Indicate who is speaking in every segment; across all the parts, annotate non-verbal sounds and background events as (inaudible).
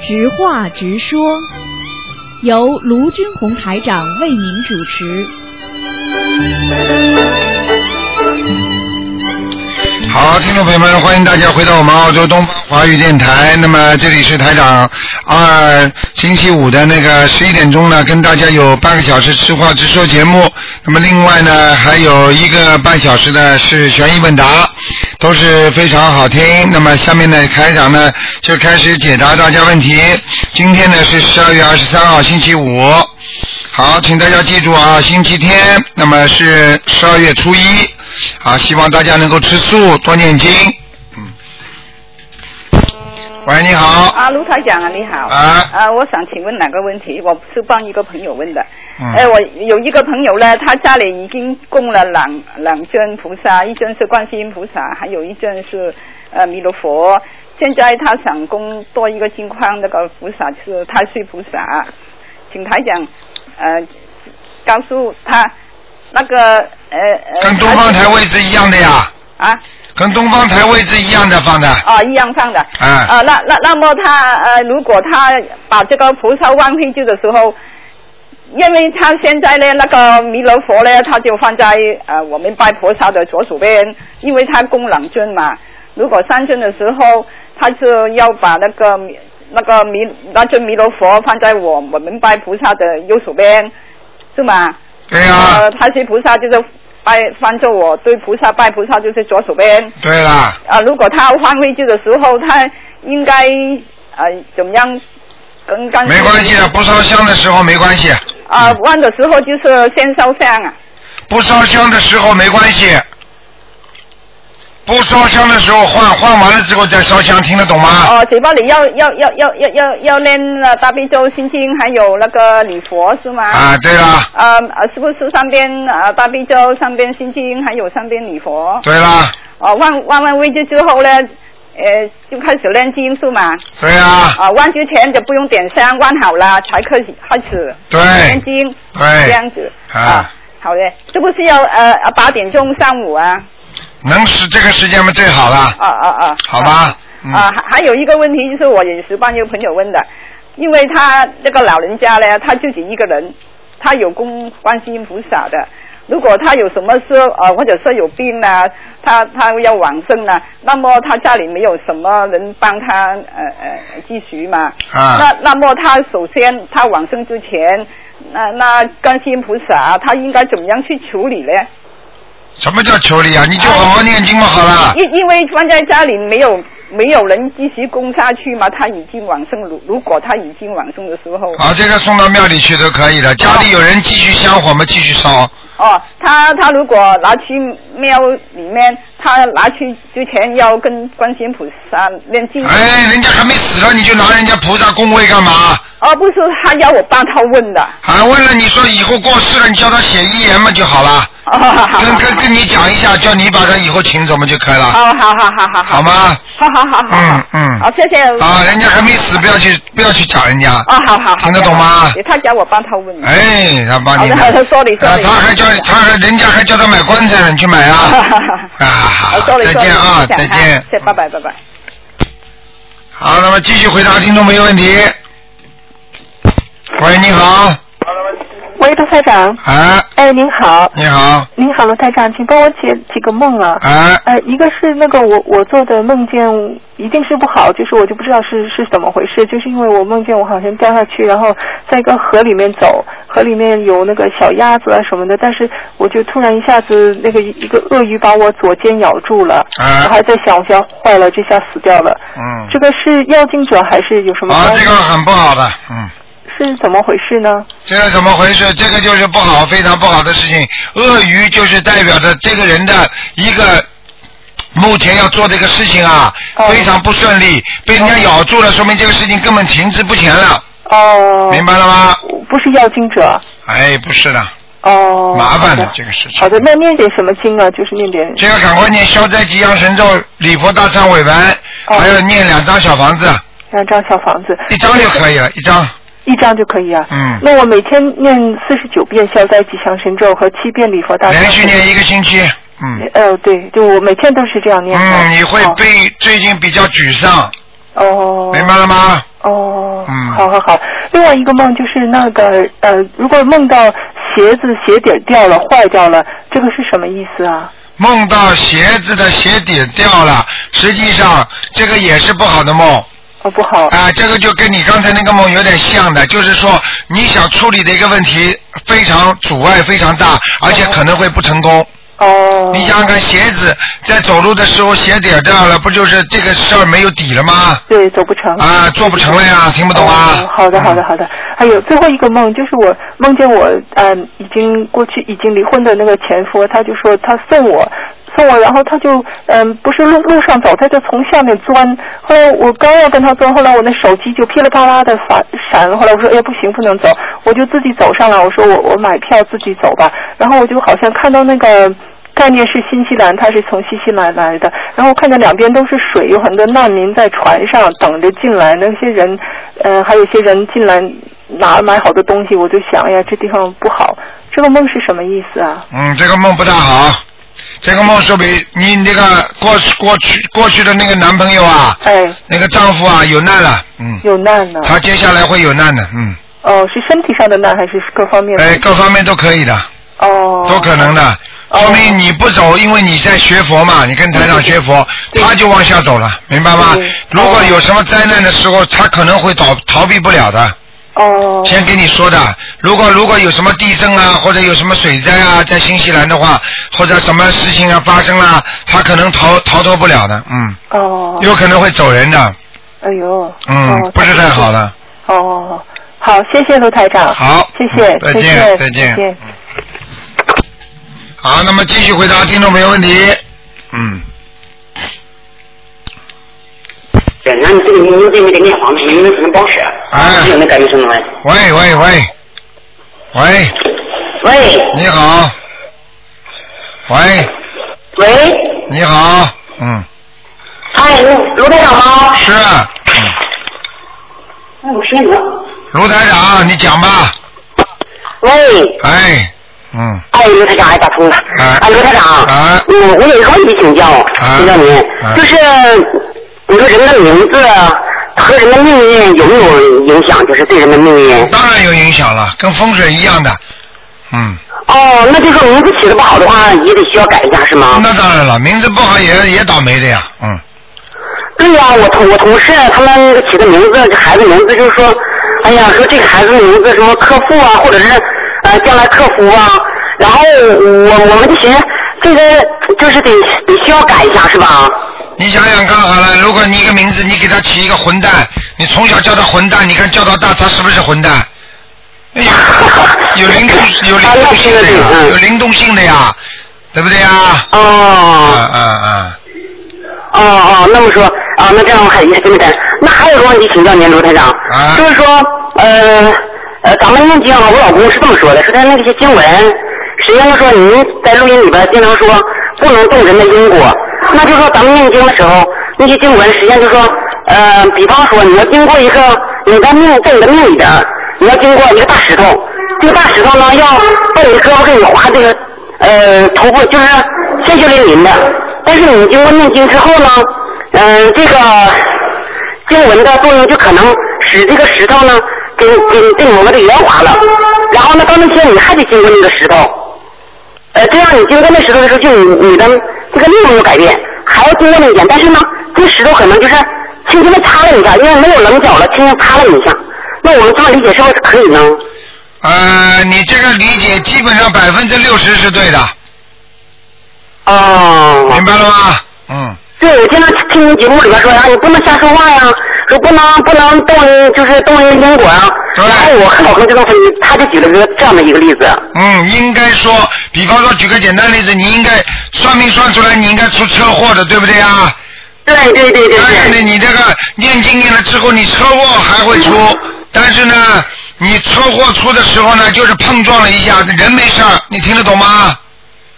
Speaker 1: 直话直说，由卢军红台长为您主持。
Speaker 2: 好，听众朋友们，欢迎大家回到我们澳洲东方华语电台。那么这里是台长，二星期五的那个十一点钟呢，跟大家有半个小时直话直说节目。那么另外呢，还有一个半小时呢是悬疑问答，都是非常好听。那么下面呢，台长呢就开始解答大家问题。今天呢是十二月二十三号，星期五。好，请大家记住啊，星期天，那么是十二月初一，啊，希望大家能够吃素，多念经。嗯。喂，你好，
Speaker 3: 啊，卢台长啊，你好。
Speaker 2: 啊
Speaker 3: 啊，我想请问两个问题，我是帮一个朋友问的。
Speaker 2: 嗯
Speaker 3: 哎、我有一个朋友呢，他家里已经供了两两尊菩萨，一尊是观世音菩萨，还有一尊是呃弥勒佛。现在他想供多一个金框那个菩萨，是太岁菩萨，请台长呃告诉他那个呃呃。
Speaker 2: 跟东方台位置一样的呀，
Speaker 3: 啊。
Speaker 2: 跟东方台位置一样的放的，
Speaker 3: 啊，一样放的。
Speaker 2: 啊
Speaker 3: 啊，那那那么他呃，如果他把这个菩萨往回去的时候，因为他现在呢，那个弥勒佛呢，他就放在呃我们拜菩萨的左手边，因为他供两尊嘛。如果三尊的时候，他就要把那个弥那个弥那尊弥勒佛放在我我们拜菩萨的右手边，是吗？
Speaker 2: 对哎啊呀、
Speaker 3: 呃，他是菩萨就是拜放着我对菩萨拜菩萨就是左手边。
Speaker 2: 对啦，
Speaker 3: 啊，如果他换位置的时候，他应该呃怎么样？跟刚
Speaker 2: 没关系的，不烧香的时候没关系，
Speaker 3: 啊，换的时候就是先烧香啊。
Speaker 2: 不烧香的时候没关系，不烧香的时候换换完了之后再烧香，听得懂吗？
Speaker 3: 哦、嘴巴里要要要要要要要念了大悲咒、心经，还有那个礼佛是吗？
Speaker 2: 啊，对啦，
Speaker 3: 啊。呃，是不是三边呃大悲咒、三边心经，还有三边礼佛？
Speaker 2: 对啦，
Speaker 3: 哦、换换完位置之后呢，呃，就开始念经是吗？
Speaker 2: 对呀、
Speaker 3: 啊、换之前就不用点香，换好了才开始开始
Speaker 2: 对
Speaker 3: 念经。这
Speaker 2: 对，
Speaker 3: 样子
Speaker 2: 啊
Speaker 3: 好的，是不是要呃呃八点钟上午啊？
Speaker 2: 能是这个时间嘛最好了，
Speaker 3: 啊啊啊！
Speaker 2: 好吧？嗯，
Speaker 3: 啊，还还有一个问题就是我也是帮一个朋友问的，因为他那个老人家呢，他自己一个人，他有供观世音菩萨的。如果他有什么事呃，或者是有病啊，他他要往生啊，那么他家里没有什么人帮他呃呃积蓄嘛。
Speaker 2: 啊
Speaker 3: 那那么他首先他往生之前，那那观世音菩萨他应该怎么样去处理呢？
Speaker 2: 什么叫求理啊？你就好好念经嘛，好了。
Speaker 3: 因因为放在家里没有没有人继续供下去嘛，他已经往生，如如果他已经往生的时候，
Speaker 2: 好，啊这个送到庙里去都可以了。家里有人继续香火嘛，继续烧。
Speaker 3: 哦，他他如果拿去庙里面，他拿去之前要跟观世音菩萨念经。
Speaker 2: 哎，人家还没死了，你就拿人家菩萨供位干嘛？
Speaker 3: 哦，不是，他要我帮他问的。
Speaker 2: 还问了你说以后过世了，你叫他写遗言嘛就好了。
Speaker 3: 哦，好好好
Speaker 2: 跟跟跟你讲一下，叫你把他以后请走嘛就可以了，
Speaker 3: 好好好好好
Speaker 2: 好？吗？
Speaker 3: 好好好好。
Speaker 2: 嗯嗯
Speaker 3: 好，谢谢。
Speaker 2: 啊，人家还没死，不要去不要去讲人家。
Speaker 3: 哦，好好好。
Speaker 2: 听得懂吗
Speaker 3: 他叫我帮他问。 (laughs)
Speaker 2: 哎，他帮你
Speaker 3: 好的
Speaker 2: 买。
Speaker 3: 好的，sorry， (laughs)
Speaker 2: 啊
Speaker 3: sorry
Speaker 2: 他还叫他还人家还叫他买棺材呢，你去买啊。
Speaker 3: (laughs)
Speaker 2: 啊，
Speaker 3: 好
Speaker 2: 好，
Speaker 3: ，sorry，
Speaker 2: 再
Speaker 3: sorry，
Speaker 2: 见啊，
Speaker 3: 谢谢
Speaker 2: 再见。
Speaker 3: 谢谢，拜拜拜拜。
Speaker 2: 好，那么继续回答听众朋友问题。喂，你好，
Speaker 4: 喂，卢台长，
Speaker 2: 哎，
Speaker 4: 哎，您好，
Speaker 2: 你好，
Speaker 4: 您好，卢台长，请帮我解几个梦啊。
Speaker 2: 哎，
Speaker 4: 呃，一个是那个我我做的梦见一定是不好，就是我就不知道是是怎么回事，就是因为我梦见我好像掉下去，然后在一个河里面走，河里面有那个小鸭子啊什么的，但是我就突然一下子那个一一个鳄鱼把我左肩咬住了，我
Speaker 2: 哎，
Speaker 4: 还在想，我想坏了，这下死掉了。
Speaker 2: 嗯，
Speaker 4: 这个是妖精者还是有什么
Speaker 2: 啊
Speaker 4: 关，系？
Speaker 2: 这个很不好的，嗯，
Speaker 4: 是怎么回事呢？
Speaker 2: 这个怎么回事？这个就是不好，非常不好的事情。鳄鱼就是代表着这个人的一个目前要做的一个事情啊，
Speaker 4: 哦
Speaker 2: 非常不顺利，被人家咬住了，说明这个事情根本停滞不前了，
Speaker 4: 哦，
Speaker 2: 明白了吗？
Speaker 4: 不是妖精者。
Speaker 2: 哎，不是的，
Speaker 4: 哦，
Speaker 2: 麻烦
Speaker 4: 好
Speaker 2: 的
Speaker 4: 的
Speaker 2: 这个事情。
Speaker 4: 好的，那念点什么经啊？就是念点
Speaker 2: 这个赶快念消灾吉祥神咒、礼佛大忏悔文，
Speaker 4: 哦
Speaker 2: 还有念两张小房子，
Speaker 4: 两张小房子，
Speaker 2: 一张就可以了，一张。
Speaker 4: 一张就可以啊。
Speaker 2: 嗯
Speaker 4: 那我每天念四十九遍消灾吉祥神咒和七遍礼佛大忏悔
Speaker 2: 连续念一个星期。嗯
Speaker 4: 呃，对，就我每天都是这样念的。
Speaker 2: 嗯，你会
Speaker 4: 哦
Speaker 2: 被最近比较沮丧，
Speaker 4: 哦，
Speaker 2: 明白了吗？
Speaker 4: 哦哦，
Speaker 2: 嗯
Speaker 4: 好好好。另外一个梦就是那个呃，如果梦到鞋子鞋底儿掉了、坏掉了，这个是什么意思啊？
Speaker 2: 梦到鞋子的鞋底掉了，实际上这个也是不好的梦。
Speaker 4: 哦，不好。
Speaker 2: 啊，这个就跟你刚才那个梦有点像的，就是说你想处理的一个问题非常阻碍非常大，而且可能会不成功。
Speaker 4: 哦。
Speaker 2: 你想想看，鞋子在走路的时候鞋底儿掉了，不就是这个事儿没有底了吗？
Speaker 4: 对，走不成。
Speaker 2: 啊，做不成了呀，听不懂啊
Speaker 4: 哦？好的，好的，好的。还有最后一个梦，就是我梦见我嗯、已经过去已经离婚的那个前夫，他就说他送我。送我，然后他就嗯，不是路路上走，他就从下面钻。后来我刚要跟他钻，后来我那手机就噼里啪啦的反闪。后来我说，哎，不行，不能走，我就自己走上来。我说我我买票自己走吧。然后我就好像看到那个概念是新西兰，它是从新西兰来的。然后看见两边都是水，有很多难民在船上等着进来，那些人，呃，还有些人进来拿买好多东西，我就想，哎呀，这地方不好。这个梦是什么意思啊？
Speaker 2: 嗯，这个梦不大好。这个梦说明你那个过去过去过去的那个男朋友啊，
Speaker 4: 哎，
Speaker 2: 那个丈夫啊有难了，嗯，
Speaker 4: 有难呢。
Speaker 2: 他接下来会有难的，嗯，
Speaker 4: 哦，是身体上的难还是各方面的？
Speaker 2: 哎，各方面都可以的。
Speaker 4: 哦，
Speaker 2: 都可能的。
Speaker 4: 哦
Speaker 2: 说明你不走，因为你在学佛嘛，你跟台长学佛，
Speaker 4: 对
Speaker 2: 他就往下走了，明白吗
Speaker 4: 对？
Speaker 2: 如果有什么灾难的时候，他可能会逃逃避不了的。
Speaker 4: 哦，
Speaker 2: 先跟你说的，如果如果有什么地震啊，或者有什么水灾啊，在新西兰的话，或者什么事情啊发生了，他可能逃逃脱不了的，嗯，
Speaker 4: 哦，
Speaker 2: 有可能会走人的，
Speaker 4: 哎呦，
Speaker 2: 嗯
Speaker 4: 哦，
Speaker 2: 不是太好。的。
Speaker 4: 哦，好，谢谢卢台长。
Speaker 2: 好，嗯
Speaker 4: 谢谢，
Speaker 2: 再
Speaker 4: 谢
Speaker 2: 见，
Speaker 4: 谢
Speaker 2: 再见
Speaker 4: 再见。
Speaker 2: 好，那么继续回答听众朋友问题。嗯，
Speaker 5: 对，那你这个您这边的念黄的，能不能可能帮谁啊？
Speaker 2: 哎
Speaker 5: 有能感觉什么？
Speaker 2: 喂喂喂，喂，
Speaker 5: 喂
Speaker 2: 你好，喂，
Speaker 5: 喂，
Speaker 2: 你好，嗯，
Speaker 5: 哎，卢卢队长吗？
Speaker 2: 是啊
Speaker 5: 哎，我是你。
Speaker 2: 卢台长，你讲吧，
Speaker 5: 喂，
Speaker 2: 哎，嗯，
Speaker 5: 哎，卢台长，哎，打通了。
Speaker 2: 哎
Speaker 5: 哎，卢台长，
Speaker 2: 哎
Speaker 5: 嗯，我有一个问题请教，
Speaker 2: 哎
Speaker 5: 请教您，
Speaker 2: 哎
Speaker 5: 就是你说人的名字和人的命运有没有影响？就是对人的命运？
Speaker 2: 当然有影响了，跟风水一样的，嗯，
Speaker 5: 哦，那就是名字起的不好的话，也得需要改一下，是吗？
Speaker 2: 那当然了，名字不好也也倒霉的呀，嗯，
Speaker 5: 对呀、我同我同事他们那个起的名字，这孩子名字就是说，哎呀，说这个孩子名字什么克父啊，或者是呃将来克服啊，然后我我们就寻思这个就是得得需要改一下是吧？
Speaker 2: 你想想看好了，如果你一个名字你给他起一个混蛋，你从小叫他混蛋，你看叫到大他是不是混蛋？哎呀，有灵动有灵动性的呀，有灵动性的呀，对不对呀？啊
Speaker 5: 哦
Speaker 2: 啊啊！
Speaker 5: 哦哦，那么说啊，那这样我还真的改。那还有个问题请教您，卢台长，
Speaker 2: 啊
Speaker 5: 就是说呃呃，咱们念经啊，我老公是这么说的，说他那些经文，实际上说您在录音里边经常说不能动人的因果，那就是说咱们念经的时候，那些经文实际上就是说呃，比方说你要经过一个你在命在你的命里边，你要经过一个大石头，这个大石头呢要被你胳膊给你划这个呃头部就是鲜血淋淋的，但是你经过念经之后呢，嗯、这个经文的作用就可能使这个石头呢给给给我们的圆滑了，然后呢到那天你还得经过那个石头，呃这样你经过那石头的时候，就你你的这个内容有改变，还要经过那一遍，但是呢这个石头可能就是轻轻的擦了一下，因为没有棱角了，轻轻擦了一下，那我们这么理解是不是可以呢？
Speaker 2: 呃，你这个理解基本上百分之六十是对的，
Speaker 5: 哦，
Speaker 2: 明白了吗？嗯，
Speaker 5: 对，我经常听您节目里边说呀，你不能瞎说话呀，说不能不能动人，就是动人因果啊。
Speaker 2: 对
Speaker 5: 然后我和老公就跟我分析，他就举了个这样的一个例子。
Speaker 2: 嗯，应该说，比方说举个简单例子，你应该算命算出来你应该出车祸的，对不对啊？
Speaker 5: 对对对对
Speaker 2: 但是呢，
Speaker 5: 对。
Speaker 2: 你这个念经念了之后，你车祸还会
Speaker 5: (laughs)
Speaker 2: 出，但是呢，你车祸出的时候呢，就是碰撞了一下，人没事儿，你听得懂吗？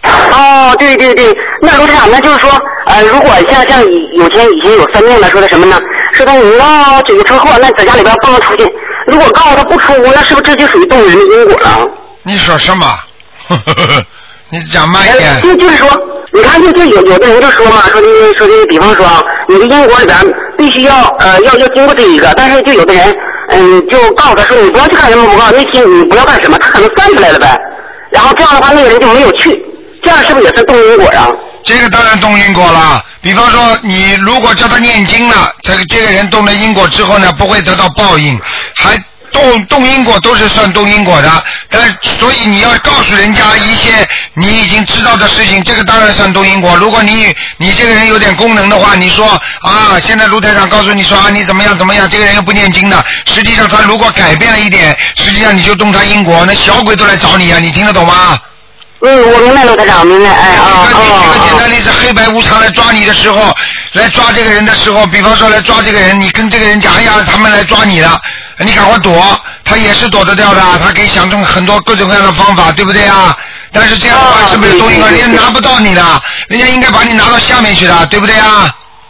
Speaker 5: 哦，对对对，那卢市长，那就是说，呃，如果像像以有些以前有算命的说的什么呢？说的你要举个车祸，那在家里边不能出去。如果告诉他不出屋，那是不是这就属于动人的因果啊了？
Speaker 2: 你说什么？ (laughs) 你讲慢一
Speaker 5: 哎
Speaker 2: 点。
Speaker 5: 就就是说，你看就就有有的人就说嘛，说的说的，比方说啊，你的因果里边必须要呃要要经过这一个，但是就有的人嗯就告诉他说你不要去干什么不告，那天你不要干什么，他可能算出来了呗。然后这样的话，那个人就没有去，这样是不是也是动因果啊？
Speaker 2: 这个当然动因果了。比方说，你如果叫他念经了，这个这个人动了因果之后呢，不会得到报应，还动动因果都是算动因果的。但所以你要告诉人家一些你已经知道的事情，这个当然算动因果。如果你你这个人有点功能的话，你说啊，现在卢台长告诉你说啊，你怎么样怎么样，这个人又不念经的，实际上他如果改变了一点，实际上你就动他因果，那小鬼都来找你啊，你听得懂吗？
Speaker 5: 嗯，我明白了，台长，明白，哎啊
Speaker 2: 你看，举个简
Speaker 5: 哦
Speaker 2: 单例子，黑白无常来抓你的时候，来抓这个人的时候，比方说来抓这个人，你跟这个人讲，哎呀，他们来抓你了，你赶快躲，他也是躲得掉的，他可以想中很多各种各样的方法，对不对啊？但是这样的话
Speaker 5: 啊
Speaker 2: 是不是
Speaker 5: 对
Speaker 2: 东西
Speaker 5: 对对
Speaker 2: 人家拿不到你的，人家应该把你拿到下面去的，对不对啊？
Speaker 5: 哦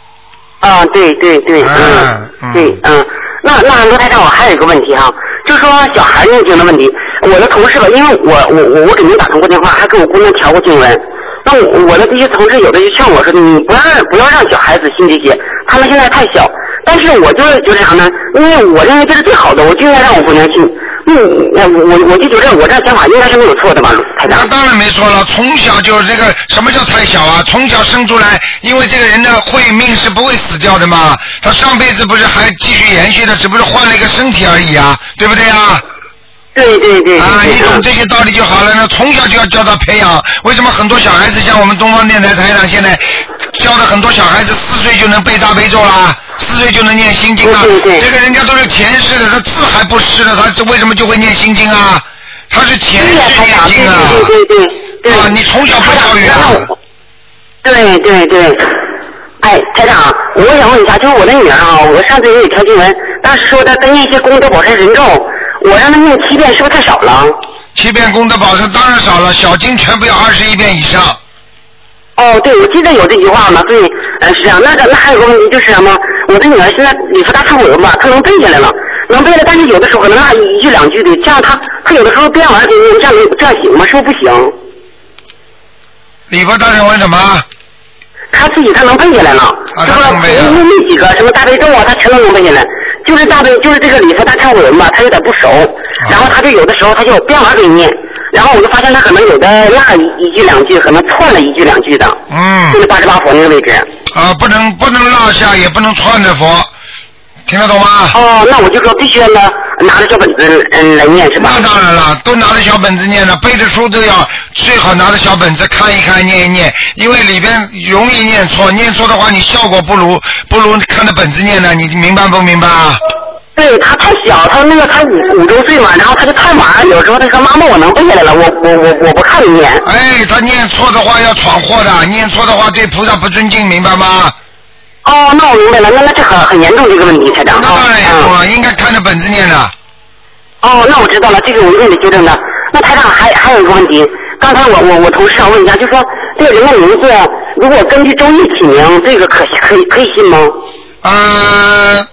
Speaker 5: 啊，对对对，
Speaker 2: 嗯嗯
Speaker 5: 嗯，对，嗯，那那罗台长，我还有一个问题哈，就说小孩念经的问题，我的同事吧，因为我我我我给您打通过电话，还给我姑娘调过经文。那我我的这些同事有的就劝我说，你不要让不要让小孩子信这些，他们现在太小。但是我就是觉得啥呢？因为我认为这是最好的，我就应该让我姑娘信。嗯，我我我就觉得我这样想法应该是没有错的吧，台长
Speaker 2: 那。当然没错了，从小就是这个什么叫太小啊？从小生出来，因为这个人的慧命是不会死掉的嘛，他上辈子不是还继续延续的，只不过换了一个身体而已啊，对不对啊？
Speaker 5: 对对对对。
Speaker 2: 啊，
Speaker 5: 对嗯
Speaker 2: 你懂这些道理就好了。那从小就要教他培养。为什么很多小孩子像我们东方电台台长现在教的很多小孩子四岁就能背大悲咒啦，四岁就能念心经啦？
Speaker 5: 对对对
Speaker 2: 这个人家都是前世的，他字还不识呢，他这为什么就会念心经啊？他是前
Speaker 5: 对呀，哦
Speaker 2: 世
Speaker 5: 台
Speaker 2: 念
Speaker 5: 长，
Speaker 2: 经啊。
Speaker 5: 对对对对对。
Speaker 2: 啊你从小不教育啊
Speaker 5: 台长对对对。哎，台长，我想问一下，就是我的女儿啊，我上次也有条经文，当时说她她念一些功德宝山神咒，我让她念七遍，是不是太少了？
Speaker 2: 七遍功德宝山当然少了，小经全部要二十一遍以上。
Speaker 5: 哦，对，我记得有这句话嘛，对，呃，是这样。那个，那还有个问题就是什么？我的女儿现在礼佛大忏悔文吧，她能背下来了，能背下来，但是有的时候可能那一句两句的，这样她她有的时候编完了就念，这样这样行吗？是不是不行？
Speaker 2: 礼佛大人问什么？
Speaker 5: 他自己他能背下来了，
Speaker 2: 啊他
Speaker 5: 就说
Speaker 2: 能
Speaker 5: 那
Speaker 2: 背下来
Speaker 5: 那那几个什么大悲咒啊，他全都能背下来。就是大悲，就是这个礼佛大忏悔文吧，他有点不熟，
Speaker 2: 啊
Speaker 5: 然后他就有的时候他就编完给念，然后我就发现他可能有的落一一句两句，可能错了一句两句的，
Speaker 2: 嗯
Speaker 5: 就是八十八佛那个位置。
Speaker 2: 啊，不能不能落下，也不能串着佛，听得懂吗？
Speaker 5: 哦，那我就说必须呢，拿着小本子嗯来念是吧？
Speaker 2: 那当然了，都拿着小本子念了，背着书都要最好拿着小本子看一看、念一念，因为里边容易念错，念错的话你效果不如不如看着本子念呢，你明白不明白啊？
Speaker 5: 对他太小，他那个才五五周岁嘛，然后他就太晚，有时候他说妈妈我能背下来了，我我我我不看你念。
Speaker 2: 哎，他念错的话要闯祸的，念错的话对菩萨不尊敬，明白吗？
Speaker 5: 哦，那我明白了，那那这很很严重这个问题，台长。
Speaker 2: 那当然
Speaker 5: 哦
Speaker 2: 也
Speaker 5: 嗯
Speaker 2: 不了，应该看着本子念的。
Speaker 5: 哦，那我知道了，这个我一定得纠正的。那台长还还有一个问题，刚才我我我同事想问一下，就说这个人的名字如果根据周易起名，这个可可以可以信吗？
Speaker 2: 哦呃，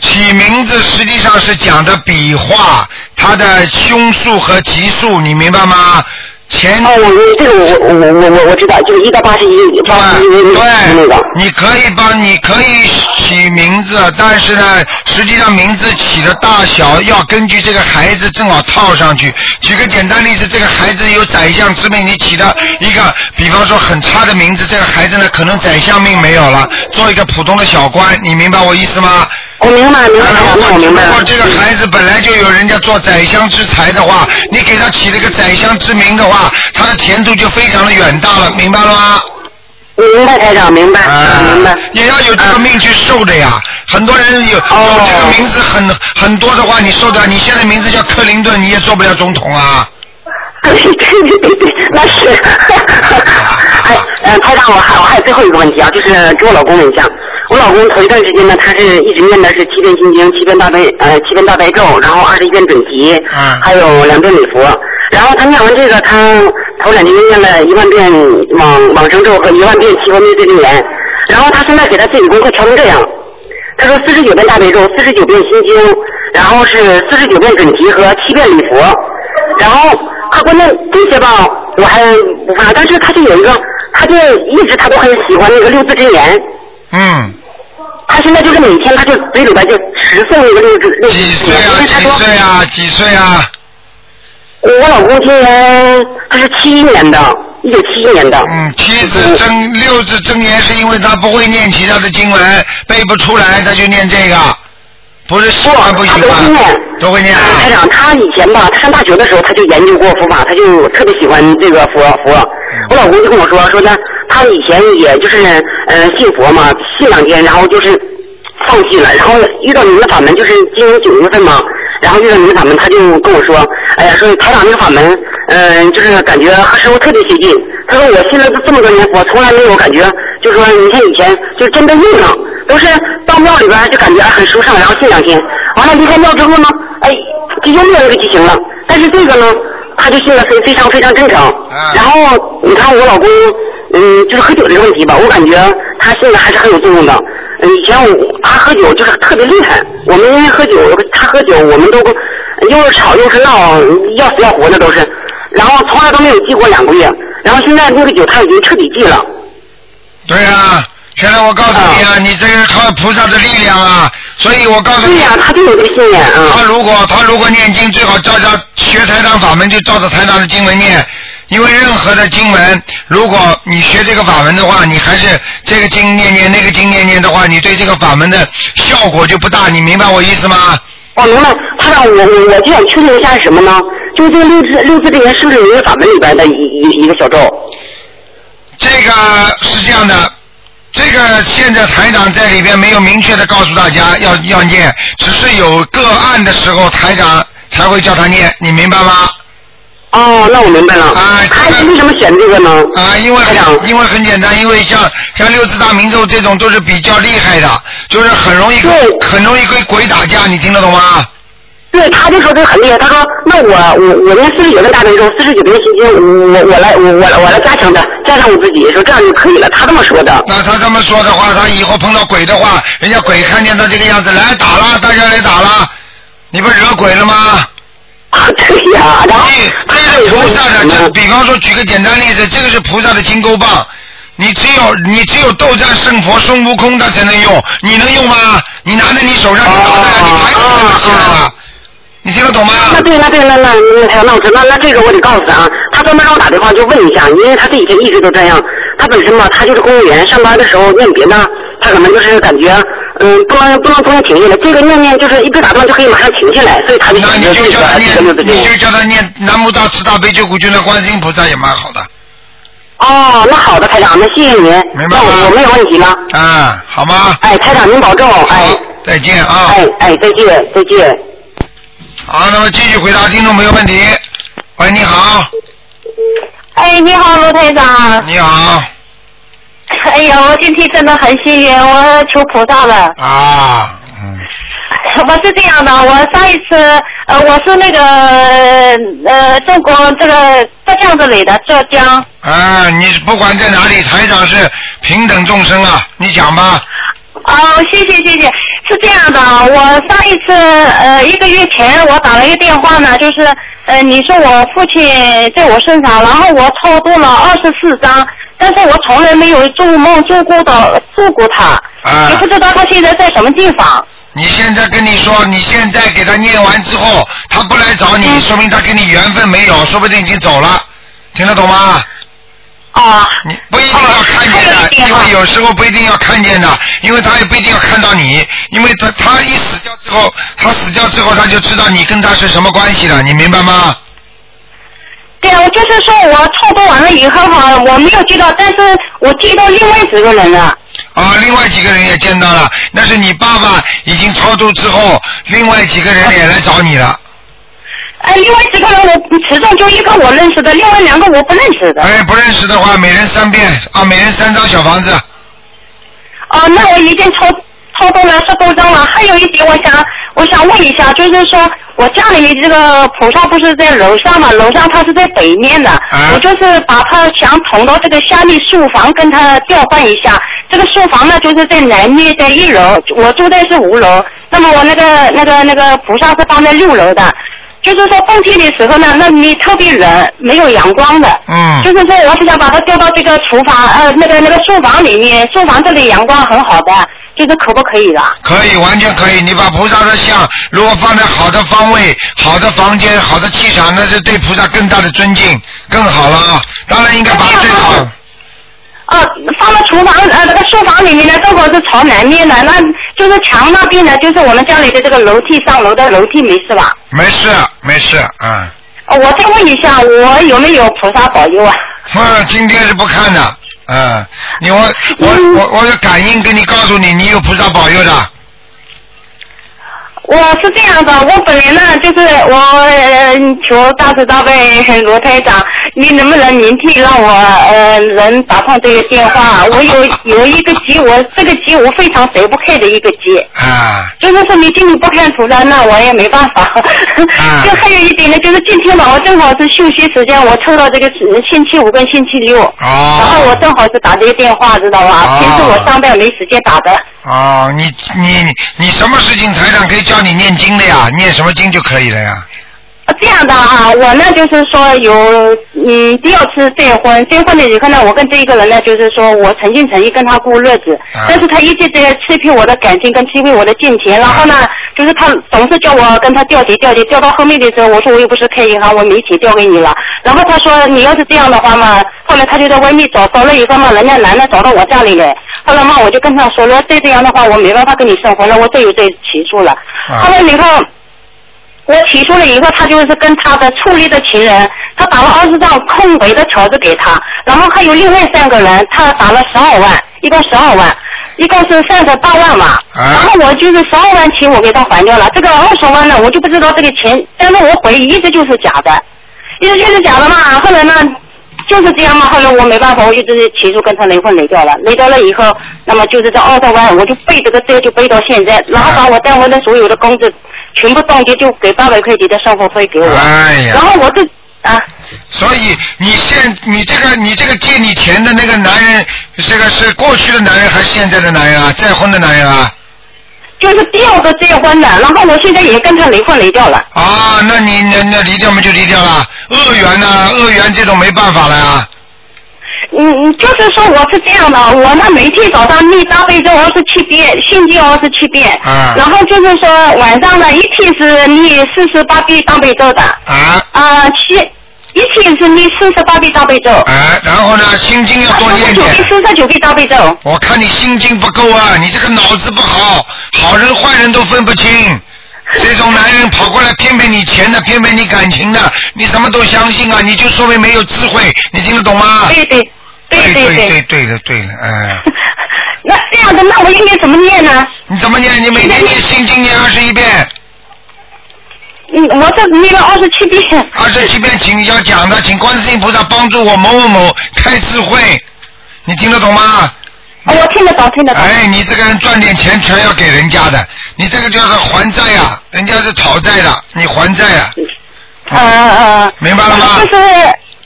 Speaker 2: 起名字实际上是讲的笔画，它的凶数和吉数，你明白吗？前
Speaker 5: 哦，我我这个我我我我我知道，就是一到八十一，八十一
Speaker 2: 对
Speaker 5: 那个。
Speaker 2: 你可以帮，你可以起名字，但是呢，实际上名字起的大小要根据这个孩子正好套上去。举个简单例子，这个孩子有宰相之命，你起的一个，比方说很差的名字，这个孩子呢可能宰相命没有了，做一个普通的小官，你明白我意思吗？
Speaker 5: 我哦明白明白，台长，那哎我
Speaker 2: 如
Speaker 5: 明
Speaker 2: 果如
Speaker 5: 白了
Speaker 2: 哎果。这个孩子本来就有人家做宰相之才的话，你给他起了个宰相之名的话，他的前途就非常的远大了，明白了吗？
Speaker 5: 明白台长，明白，
Speaker 2: 啊
Speaker 5: 明白。啊
Speaker 2: 也要有这个命去受的呀。很多人有有
Speaker 5: 哦
Speaker 2: 这个名字很很多的话，你受的，你现在名字叫克林顿，你也做不了总统啊。
Speaker 5: 对对对对对，那是。哎，呃，台长，我还我还有最后一个问题啊，就是给我老公问一下。我老公头一段时间呢，他是一直念的是七遍心经、七遍大悲呃七遍大悲咒，然后二十一遍准提，
Speaker 2: 嗯
Speaker 5: 还有两遍礼佛。然后他念完这个，他头两天念了一万遍往往生咒和一万遍七佛灭罪真言。然后他现在给他自己功课调成这样，他说四十九遍大悲咒，四十九遍心经，然后是四十九遍准提和七遍礼佛。然后他关键这些吧，我还无法，但是他就有一个，他就一直他都很喜欢那个六字真言。
Speaker 2: 嗯，
Speaker 5: 他现在就是每天他就嘴里边就十诵那个六字六字
Speaker 2: 几
Speaker 5: 经，
Speaker 2: 岁
Speaker 5: 因
Speaker 2: 啊？
Speaker 5: 为他
Speaker 2: 几
Speaker 5: 说
Speaker 2: 岁啊？几岁啊？
Speaker 5: 我老公今年他是七一年的，一九七一年的，
Speaker 2: 嗯，七字真六字真言是因为他不会念其他的经文，背不出来，他就念这个，不是喜欢不喜
Speaker 5: 他都会
Speaker 2: 欢
Speaker 5: 念，
Speaker 2: 都会念啊。
Speaker 5: 台长，他以前吧，他上大学的时候他就研究过佛法，他就特别喜欢这个佛佛。我老公就跟我说说呢，他以前也就是呃信佛嘛，信两天，然后就是放弃了，然后遇到您的法门，就是今年九月份嘛，然后遇到您的法门，他就跟我说，哎呀，说台长那个法门，嗯、就是感觉和师傅特别接近。他说我信了这么多年佛，从来没有感觉，就说你看以前就真的用上，都是到庙里边就感觉很舒畅，然后信两天，完了离开庙之后呢，哎，就又没有那个激情了。但是这个呢，他就信了非非常非常正常。
Speaker 2: 嗯
Speaker 5: 然后你看我老公，嗯，就是喝酒这个问题吧，我感觉他信的还是很有作用的。嗯以前我他喝酒就是特别厉害，我们因为喝酒，他喝酒，我们都又是吵又是闹，要死要活的都是。然后从来都没有戒过两个月，然后现在那个酒他已经彻底戒了。
Speaker 2: 对啊，现在我告诉你啊，你这个靠菩萨的力量啊，所以我告诉
Speaker 5: 对
Speaker 2: 你，
Speaker 5: 呀、他就有这个信念
Speaker 2: 他
Speaker 5: 啊。
Speaker 2: 如果他如果念经，最好照着学台长法门就照着台长的经文念。因为任何的经文，如果你学这个法门的话，你还是这个经念念那个经念念的话，你对这个法门的效果就不大，你明白我意思吗？
Speaker 5: 我哦明白，他让我我我就想确定一下是什么呢？就是这个六字六字真言是不是有一个法门里边的一一一个小咒？
Speaker 2: 这个是这样的，这个现在台长在里边没有明确的告诉大家要要念，只是有个案的时候台长才会叫他念，你明白吗？
Speaker 5: 哦，那我明白了。
Speaker 2: 啊
Speaker 5: 他
Speaker 2: 这个
Speaker 5: 为什么选这个呢？
Speaker 2: 啊，因为
Speaker 5: 台长，
Speaker 2: 因为很简单，因为像像六字大明咒这种都是比较厉害的，就是很容易跟
Speaker 5: 对
Speaker 2: 很容易跟鬼打架，你听得懂吗？
Speaker 5: 对，他就说这个很厉害。他说，那我我我念四十九遍大悲咒，四十九遍心经，我我来我我来我来加强它，加上我自己，说这样就可以了。他这么说的。
Speaker 2: 那他这么说的话，他以后碰到鬼的话，人家鬼看见他这个样子，来打了，大家来打了，你不惹鬼了吗？
Speaker 5: 啊， (laughs) 对呀、然后
Speaker 2: 你
Speaker 5: 他
Speaker 2: 这
Speaker 5: 还
Speaker 2: 是
Speaker 5: 有
Speaker 2: 菩
Speaker 5: 说
Speaker 2: 萨的，
Speaker 5: 什
Speaker 2: 这
Speaker 5: 么
Speaker 2: 比方说举个简单例子，这个是菩萨的金箍棒，你只有你只有斗战胜佛孙悟空他才能用，你能用吗？你拿在你手上，你打的，
Speaker 5: 哦
Speaker 2: 你抬都抬不起来了，你听得懂吗？
Speaker 5: 那对，那对，那那那台长，那我知道，那这个我得告诉他啊。他专门让我打电话就问一下，因为他这几天一直都这样。他本身吧，他就是公务员，上班的时候念别的，他可能就是感觉，嗯，不能不能不能停下来，这个念念就是一被打断就可以马上停下来，所以他就
Speaker 2: 那
Speaker 5: 选
Speaker 2: 你
Speaker 5: 择这
Speaker 2: 就
Speaker 5: 个
Speaker 2: 叫他
Speaker 5: 这个六
Speaker 2: 念
Speaker 5: 字，经
Speaker 2: 你。就叫他念南无大慈大悲救苦救难观世音菩萨也蛮好的，
Speaker 5: 哦，那好的，台长，那谢谢您，
Speaker 2: 明白
Speaker 5: 那
Speaker 2: 吗
Speaker 5: 我我没有问题了。
Speaker 2: 啊，好吗？
Speaker 5: 哎，台长您保重，哎
Speaker 2: 好，再见啊！
Speaker 5: 哎哎，再见再见。
Speaker 2: 好，那么继续回答听众朋友问题。喂，你好，
Speaker 6: 哎，你好，罗台长。
Speaker 2: 你好
Speaker 6: 哎呀，我今天真的很幸运，我求菩萨了。
Speaker 2: 啊，嗯，
Speaker 6: 我是这样的，我上一次呃，我是那个呃中国这个浙江这里的浙江
Speaker 2: 啊，你不管在哪里，台长是平等众生啊，你讲吧。
Speaker 6: 哦，谢谢谢谢，是这样的，我上一次呃一个月前我打了一个电话呢，就是呃你说我父亲在我身上，然后我超度了二十四张，但是我从来没有做梦做过的做过他，
Speaker 2: 啊
Speaker 6: 也不知道他现在在什么地方。
Speaker 2: 你现在跟你说，你现在给他念完之后，他不来找你，
Speaker 6: 嗯
Speaker 2: 说明他跟你缘分没有，说不定已经走了，听得懂吗？
Speaker 6: 啊，
Speaker 2: 你不一定要看见
Speaker 6: 哦还有一
Speaker 2: 的，
Speaker 6: 点
Speaker 2: 因
Speaker 6: 啊
Speaker 2: 为有时候不一定要看见的，因为他也不一定要看到你，因为他他一死掉之后，他死掉之后他就知道你跟他是什么关系了，你明白吗？
Speaker 6: 对啊，我就是说我超度完了以后哈，我没有接到，但是我接到另外几个人了。
Speaker 2: 啊，另外几个人也见到了，那是你爸爸已经超度之后，另外几个
Speaker 5: 啊
Speaker 2: 人也来找你了。
Speaker 6: 呃，另外几个人我其中就一个我认识的，另外两个我不认识的。
Speaker 2: 哎，不认识的话，每人三遍啊，每人三张小房子。
Speaker 6: 哦，那我已经抽抽动了十多张了。还有一点，我想我想问一下，就是说我家里这个菩萨不是在楼上嘛，楼上它是在北面的，我就是把它想捅到这个下面书房跟它调换一下。这个书房呢，就是在南面，在一楼，我住的是五楼。那么我那个那个那个菩萨是放在六楼的。
Speaker 5: 就是说冬天的时候呢，那里特别冷，没有阳光的。
Speaker 2: 嗯
Speaker 5: 就是说，我是想把它调到这个厨房，呃，那个那个书房里面，书房这里阳光很好的，就是可不可以的？
Speaker 2: 可以，完全可以。你把菩萨的像如果放在好的方位、好的房间、好的气场，那是对菩萨更大的尊敬，更好了啊。当然应该把最好。
Speaker 5: 哦、放到厨房呃那个书房里面呢，正好是朝南面的，那就是墙那边呢，就是我们家里的这个楼梯上楼的楼梯没事吧？
Speaker 2: 没事，没事，嗯。
Speaker 5: 呃我再问一下，我有没有菩萨保佑啊？
Speaker 2: 哼，今天是不看的，嗯，你我我
Speaker 5: 嗯
Speaker 2: 我我有感应跟你告诉你，你有菩萨保佑的，
Speaker 5: 我是这样的，我本来呢就是我、呃、求大慈大悲罗台长，你能不能明天让我呃能打通这个电话？我有有一个急，我这个急我非常舍不开的一个急。
Speaker 2: 啊，
Speaker 5: 就是说你今天不看图了，那我也没办法。
Speaker 2: 啊
Speaker 5: (laughs) 就还有一点呢，就是今天嘛，我正好是休息时间，我抽到这个是星期五跟星期六，然后我
Speaker 2: 哦，
Speaker 5: 正好是打这个电话，知道吧？
Speaker 2: 哦
Speaker 5: 平时我上班没时间打的。
Speaker 2: 哦，你你你你什么事情台上可以教你念经的呀？念什么经就可以了呀？
Speaker 5: 啊这样的啊，我呢就是说有嗯第二次再婚，再婚了以后呢，我跟这一个人呢，就是说我诚心诚意跟他过日子，
Speaker 2: 啊
Speaker 5: 但是他一直在欺骗我的感情跟欺骗我的金钱，然后呢，就是他总是叫我跟他调节调节，调到后面的时候，我说我又不是开银行，我没钱调给你了，然后他说你要是这样的话嘛，后来他就在外面找找了以后嘛，人家男的找到我家里来，后来嘛我就跟他说了，再这样的话我没办法跟你生活了，我再有这起诉了，
Speaker 2: 啊
Speaker 5: 后来以后。我提出了以后，他就是跟他的初恋的情人，他打了二十张空白的条子给他，然后还有另外三个人，他打了十二万，一共十二万，一共是三十八万嘛。
Speaker 2: 啊
Speaker 5: 然后我就是十二万钱我给他还掉了，这个二十万呢，我就不知道这个钱，但是我怀疑一直就是假的，一直就是假的嘛。后来呢，就是这样嘛。后来我没办法，我就直接起诉跟他离婚离掉了。离掉了以后，那么就是这二十万，我就背这个债就背到现在，然后把我单位的所有的工资全部冻结，就给八百块钱的生活费给我。
Speaker 2: 哎呀
Speaker 5: 然后我这啊，
Speaker 2: 所以你现你这个你这个借你钱的那个男人，这个是过去的男人还是现在的男人啊？再婚的男人啊？
Speaker 5: 就是第二个结婚的，然后我现在也跟他离婚离掉了。
Speaker 2: 啊，那你那那离掉嘛就离掉了，恶缘呐、恶缘这种没办法了呀、
Speaker 5: 嗯，嗯，就是说我是这样的，我呢每天早上念大悲咒二十七遍，心经二十七遍，
Speaker 2: 啊
Speaker 5: 然后就是说晚上呢一天是念四十八遍大悲咒的，
Speaker 2: 啊
Speaker 5: 啊、七一天是念四十八遍大悲咒，
Speaker 2: 啊，然后呢，心经要多
Speaker 5: 四
Speaker 2: 念
Speaker 5: 啊十九遍
Speaker 2: 点。
Speaker 5: 四十九遍大悲咒，
Speaker 2: 我看你心经不够啊，你这个脑子不好，好人坏人都分不清。这种男人跑过来骗骗你钱的，骗骗你感情的，你什么都相信啊，你就说明没有智慧，你听得懂吗？
Speaker 5: 对对对
Speaker 2: 对
Speaker 5: 对。
Speaker 2: 对对了对了，哎，
Speaker 5: (laughs) 那这样的，那我应该怎么念呢？
Speaker 2: 你怎么念？你每天念心经念二十一遍，
Speaker 5: 嗯，我这念了二十七遍。
Speaker 2: 二十七遍，请要讲的，请观世音菩萨帮助我某某某开智慧，你听得懂吗？
Speaker 5: 哦，我听得懂，听得懂。
Speaker 2: 哎，你这个人赚点钱全要给人家的，你这个就是还债呀、人家是讨债的，你还债呀、
Speaker 5: 嗯嗯嗯。
Speaker 2: 哎明白了吗
Speaker 5: 就是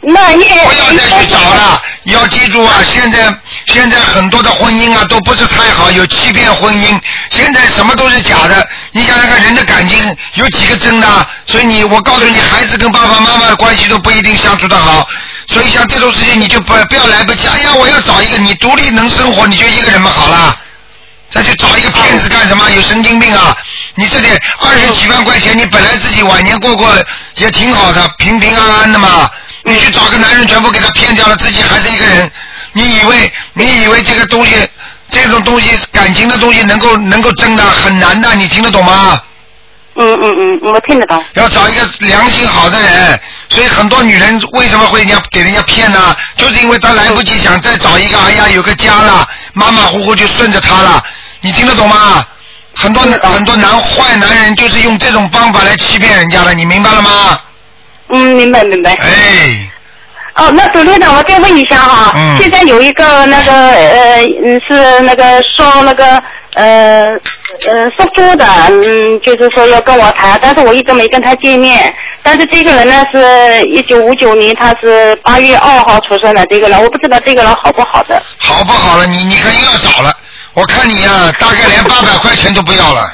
Speaker 5: 那也
Speaker 2: 不要再去找了。要记住啊，现在现在很多的婚姻啊都不是太好，有欺骗婚姻，现在什么都是假的。你想想看，人的感情有几个真的啊？所以你，我告诉你，孩子跟爸爸妈妈的关系都不一定相处的好。所以像这种事情，你就不不要来不及。哎呀，我要找一个你独立能生活，你就一个人嘛，好啦。再去找一个骗子干什么？有神经病啊！你这点二十几万块钱，你本来自己晚年过过也挺好的，平平安安的嘛。你去找个男人，全部给他骗掉了，自己还是一个人。你以为你以为这个东西，这种东西感情的东西能够能够争的很难的，你听得懂吗？
Speaker 5: 嗯嗯嗯，我听得懂。
Speaker 2: 要找一个良心好的人，所以很多女人为什么会人家给人家骗呢？就是因为她来不及想再找一个，哎呀有个家了，马马虎虎就顺着她了。你听得懂吗？很多很多男坏男人就是用这种方法来欺骗人家的，你明白了吗？
Speaker 5: 嗯，明白明白。
Speaker 2: 哎，
Speaker 5: 哦，那主任长，我再问一下哈，
Speaker 2: 嗯
Speaker 5: 现在有一个那个呃，嗯是那个说那个呃呃说猪的，嗯，就是说要跟我谈，但是我一直没跟他见面。但是这个人呢是一九五九年，他是八月二号出生的这个人，我不知道这个人好不好的。
Speaker 2: 好不好了？你你看又要找了，我看你呀、大概连八百块钱都不要了。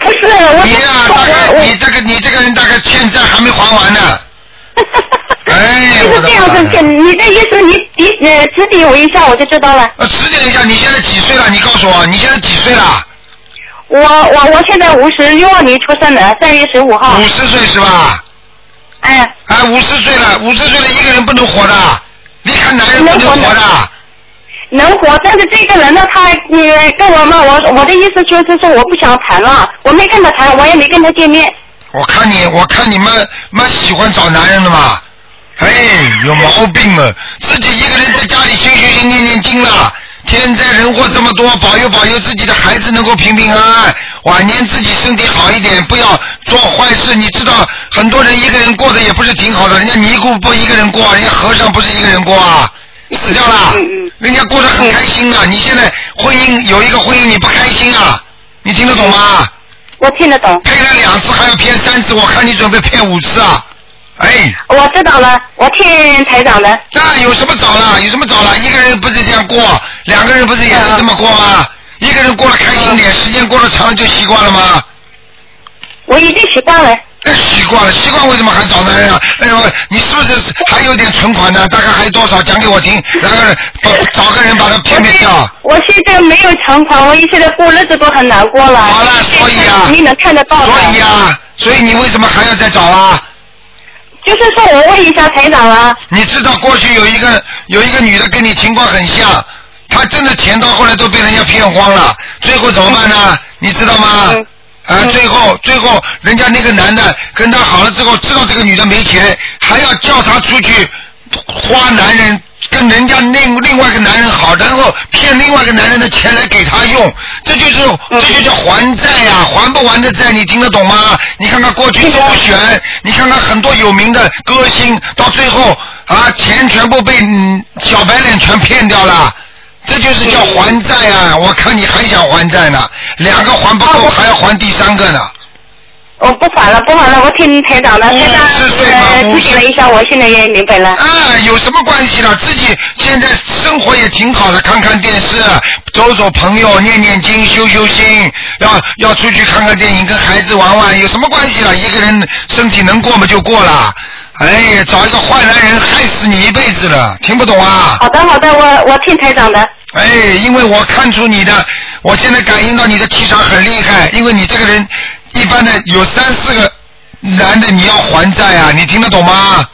Speaker 6: 不是，我
Speaker 2: 你呀、
Speaker 6: 我
Speaker 2: 大概
Speaker 6: 我
Speaker 2: 你这个你这个人大概欠债还没还完呢。哎，
Speaker 6: 就
Speaker 2: 我
Speaker 6: 是
Speaker 2: 的
Speaker 6: 这样
Speaker 2: 妈
Speaker 6: 子，
Speaker 2: 呀！
Speaker 6: 你的意思你指呃指点我一下我就知道了。
Speaker 2: 呃，指点一下，你现在几岁了？你告诉我，你现在几岁了？
Speaker 6: 我我我现在五十六二年出生的，三月十五号
Speaker 2: 五。十岁是吧？
Speaker 6: 哎，
Speaker 2: 哎，五十岁了，五十岁了，一个人不能活的，离开男人不能
Speaker 6: 不能
Speaker 2: 活
Speaker 6: 活
Speaker 2: 的。
Speaker 6: 能活，但是这个人呢，他嗯跟我嘛，我我的意思就
Speaker 2: (laughs)
Speaker 6: 是说我不想谈了，我没跟他谈，我也没跟他见面。
Speaker 2: 我看你，我看你们蛮喜欢找男人的嘛。哎，有毛病了，自己一个人在家里修修行念念经了，天灾人祸这么多，保佑保佑自己的孩子能够平平安安，晚年自己身体好一点，不要做坏事。你知道，很多人一个人过得也不是挺好的，人家尼姑不一个人过，人家和尚不是一个人过啊，死掉了
Speaker 6: 嗯嗯，
Speaker 2: 人家过得很开心啊。你现在婚姻有一个婚姻你不开心啊，你听得懂吗？
Speaker 6: 我听得懂，
Speaker 2: 骗了两次还要骗三次，我看你准备骗五次啊！哎，
Speaker 6: 我知道了，我听台长的。
Speaker 2: 那有什么找了？有什么找了？一个人不是这样过，两个人不是也是这么过吗？一个人过得开心点，时间过得长了就习惯了吗？
Speaker 6: 我已经习惯了，
Speaker 2: 哎，习惯了，习惯为什么还找男人啊？哎呦，你是不是还有点存款呢？大概还有多少？讲给我听，然后把找个人把他骗
Speaker 6: 我
Speaker 2: 骗
Speaker 6: 现
Speaker 2: 掉。
Speaker 6: 我现在没有存款，我现在过日子都很难过了。
Speaker 2: 好了，所以啊，
Speaker 6: 你能看得到的。
Speaker 2: 所以啊，所以你为什么还要再找啊？
Speaker 6: 就是说我问一下台长啊，
Speaker 2: 你知道过去有一个有一个女的跟你情况很像，她真的钱到后来都被人家骗光了，最后怎么办呢？你知道吗？
Speaker 6: 嗯
Speaker 2: 啊，最后最后人家那个男的跟她好了之后，知道这个女的没钱，还要叫她出去花男人。跟人家另另外一个男人好，然后骗另外一个男人的钱来给她用，这就是这就叫还债呀、还不完的债，你听得懂吗？你看看过去周旋，你看看很多有名的歌星，到最后啊，钱全部被、嗯、小白脸全骗掉了。这就是叫还债啊！我看你还想还债呢，两个还不够，还要还第三个呢。
Speaker 6: 我不管了，不管了，我听台长的，
Speaker 2: 嗯
Speaker 6: 台长
Speaker 2: 是对
Speaker 6: 呃
Speaker 2: 吗不
Speaker 6: 指
Speaker 2: 是
Speaker 6: 点了一下，我现在也明白了。
Speaker 2: 啊，有什么关系呢？自己现在生活也挺好的，看看电视，走走朋友，念念经，修修心，要要出去看看电影，跟孩子玩玩，有什么关系了？一个人身体能过嘛就过了。哎，找一个坏男人害死你一辈子了，听不懂啊？
Speaker 6: 好的，好的，我我听台长的。
Speaker 2: 哎，因为我看出你的，我现在感应到你的气场很厉害，因为你这个人一般的有三四个男的你要还债啊，你听得懂吗？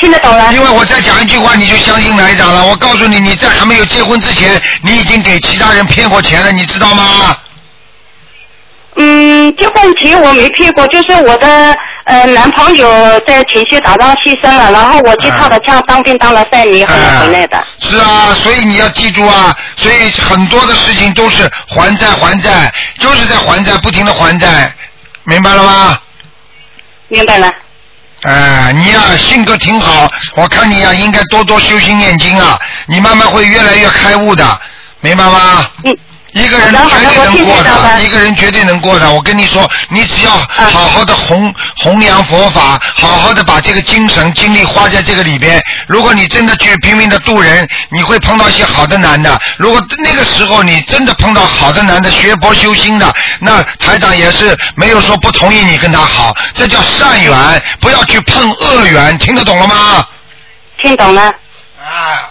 Speaker 6: 听得懂了，
Speaker 2: 因为我再讲一句话你就相信台长了，我告诉你，你在还没有结婚之前，你已经给其他人骗过钱了，你知道吗？
Speaker 6: 嗯，结婚前我没骗过，就是我的呃男朋友在前线打仗牺牲了，然后我
Speaker 2: 啊
Speaker 6: 去他的枪当兵当了三年，后来回来的。
Speaker 2: 是啊，所以你要记住啊，所以很多的事情都是还债还债，就是在还债，不停的还债，明白了吗？
Speaker 6: 明白了，
Speaker 2: 哎，你呀、性格挺好，我看你呀、应该多多修心念经啊，你慢慢会越来越开悟的，明白吗？
Speaker 6: 嗯，
Speaker 2: 一个人
Speaker 6: 好的
Speaker 2: 绝对
Speaker 6: 好的
Speaker 2: 能过
Speaker 6: 我听得到
Speaker 2: 的，
Speaker 6: 的
Speaker 2: 一个人绝对能过的。我跟你说，你只要
Speaker 6: 嗯
Speaker 2: 好好的弘弘扬佛法，好好的把这个精神精力花在这个里边。如果你真的去拼命的度人，你会碰到一些好的男的。如果那个时候你真的碰到好的男的，学佛修心的，那台长也是没有说不同意你跟他好，这叫善缘，不要去碰恶缘，听得懂了吗？
Speaker 6: 听懂了，
Speaker 2: 啊，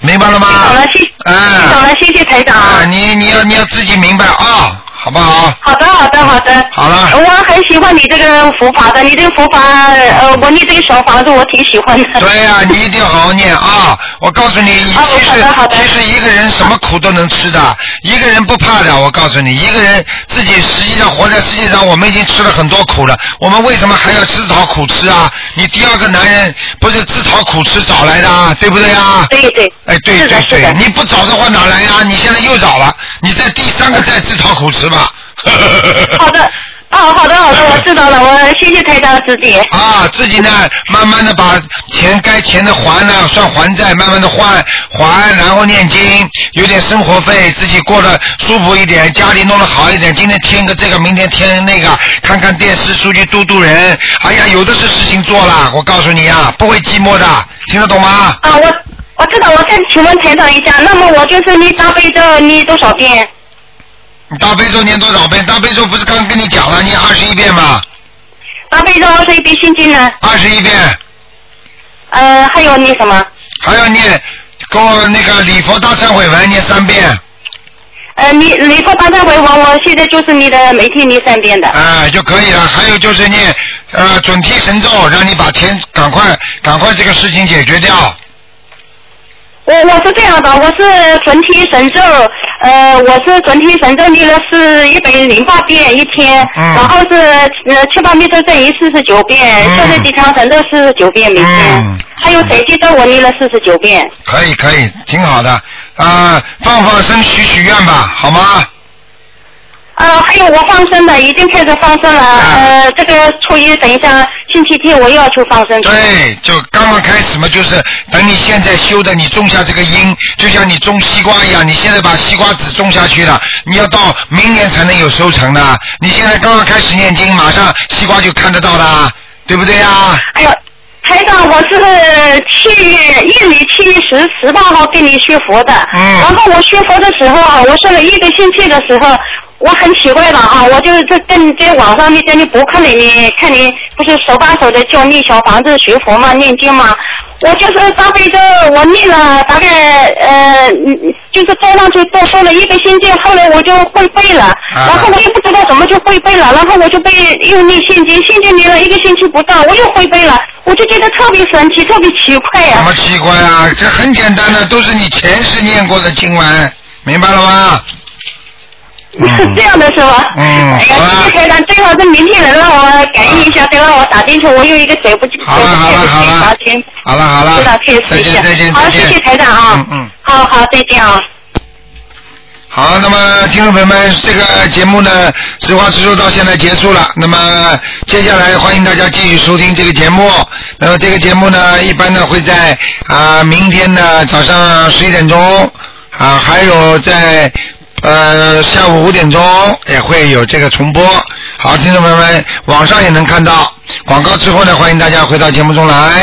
Speaker 2: 明白了吗？
Speaker 6: 听懂了，谢，听懂
Speaker 2: 啊
Speaker 6: 了，谢谢台长。
Speaker 2: 啊，你你要你要自己明白啊，好不好？
Speaker 6: 好的，好的，好的。
Speaker 2: 好了
Speaker 6: 我很喜欢你这个佛法的，你这个佛法，呃，我你这个小房子我挺喜欢的。
Speaker 2: 嗯对呀、你一定好好念啊！我告诉你，你
Speaker 6: 啊
Speaker 2: 其实、
Speaker 6: 好的好的
Speaker 2: 其实一个人什么苦都能吃的，一个人不怕的。我告诉你，一个人自己实际上活在世界上，我们已经吃了很多苦了，我们为什么还要自讨苦吃啊？你第二个男人不是自讨苦吃找来的，啊，对不对啊？
Speaker 6: 对对。
Speaker 2: 哎，对
Speaker 6: 是的
Speaker 2: 对
Speaker 6: 是的
Speaker 2: 对，你不找的话哪来呀、你现在又找了，你在第三个再自讨苦吃 (laughs) 吧。
Speaker 6: 好的，哦，好的，好的，我知道了，我谢谢台长的指点。
Speaker 2: 啊，自己呢，慢慢的把钱该钱的还呢，算还债，慢慢的还还，然后念经，有点生活费，自己过得舒服一点，家里弄得好一点。今天添个这个，明天添那个，看看电视，出去度度人。哎呀，有的是事情做了，我告诉你啊，不会寂寞的，听得懂吗？
Speaker 6: 啊，我我知道，我再请问台长一下，那么我就是念大悲咒念多少遍？
Speaker 2: 你大悲咒念多少遍？大悲咒不是刚跟你讲了，念二十一遍吗？
Speaker 5: 大悲咒二十一遍心经呢？
Speaker 2: 二十一遍。
Speaker 5: 呃，还有念什么？
Speaker 2: 还要念给我那个礼佛大忏悔文念三遍。
Speaker 5: 呃，你你说大忏回文，我现在就是你的每天念三遍的。
Speaker 2: 哎，就可以了。还有就是念呃准提神咒，让你把钱赶快赶快这个事情解决掉。
Speaker 5: 我我是这样的，我是准提神咒，呃，我是准提神咒念了是一百零八遍一天，
Speaker 2: 嗯
Speaker 5: 然后是呃七八密咒阵一四十九遍，消灾吉祥神咒四十九遍每天，
Speaker 2: 嗯
Speaker 5: 还有水晶咒我念了四十九遍。
Speaker 2: 可以可以，挺好的。啊、放放生许许愿吧，好吗？
Speaker 5: 呃，还有我放生的，已经开始放生了，
Speaker 2: 啊
Speaker 5: 呃，这个初一等一下星期天我又要去放生。
Speaker 2: 对，就刚刚开始嘛，就是等你现在修的，你种下这个因，就像你种西瓜一样，你现在把西瓜籽种下去了，你要到明年才能有收成的。你现在刚刚开始念经，马上西瓜就看得到啦，对不对呀、
Speaker 5: 哎呦，台长，我是七月阴历七月十十八号跟你学佛的，
Speaker 2: 嗯
Speaker 5: 然后我学佛的时候啊，我学了一个星期的时候。我很奇怪的哈，我就是在跟在网上面在那博客里面看你不是手把手的教念小房子学佛嘛，念经嘛，我就是大悲咒，我念了大概呃，嗯就是早上就多说了一个星期，后来我就会背了，
Speaker 2: 啊
Speaker 5: 然后我也不知道怎么就会背了，然后我就被又念现金，现金念了一个星期不到，我又会背了，我就觉得特别神奇，特别奇怪
Speaker 2: 什
Speaker 5: 呀、 (laughs)
Speaker 2: 么奇怪啊？这很简单的，都是你前世念过的经文，明白了吗？
Speaker 5: 是这样的是吧？
Speaker 2: 嗯
Speaker 5: 哎呀
Speaker 2: 好，了
Speaker 5: 谢谢台长，正好是明天能让我感应一下，再让我打进去，我有一个嘴不进，
Speaker 2: 好了好了好了
Speaker 5: 打进，
Speaker 2: 好了好
Speaker 5: 知道
Speaker 2: 了
Speaker 5: 可以，试
Speaker 2: 再
Speaker 5: 一下
Speaker 2: 见再见
Speaker 5: 好
Speaker 2: 再，
Speaker 5: 谢谢
Speaker 2: 见。
Speaker 5: 台长啊，
Speaker 2: 嗯嗯
Speaker 5: 好好再见啊。
Speaker 2: 好，那么听众朋友们，这个节目呢，实话实说到现在结束了。那么接下来欢迎大家继续收听这个节目。那么这个节目呢，一般呢会在啊、明天呢早上十一点钟啊、还有在呃下午五点钟也会有这个重播。好，听众朋友们，网上也能看到广告之后呢，欢迎大家回到节目中来。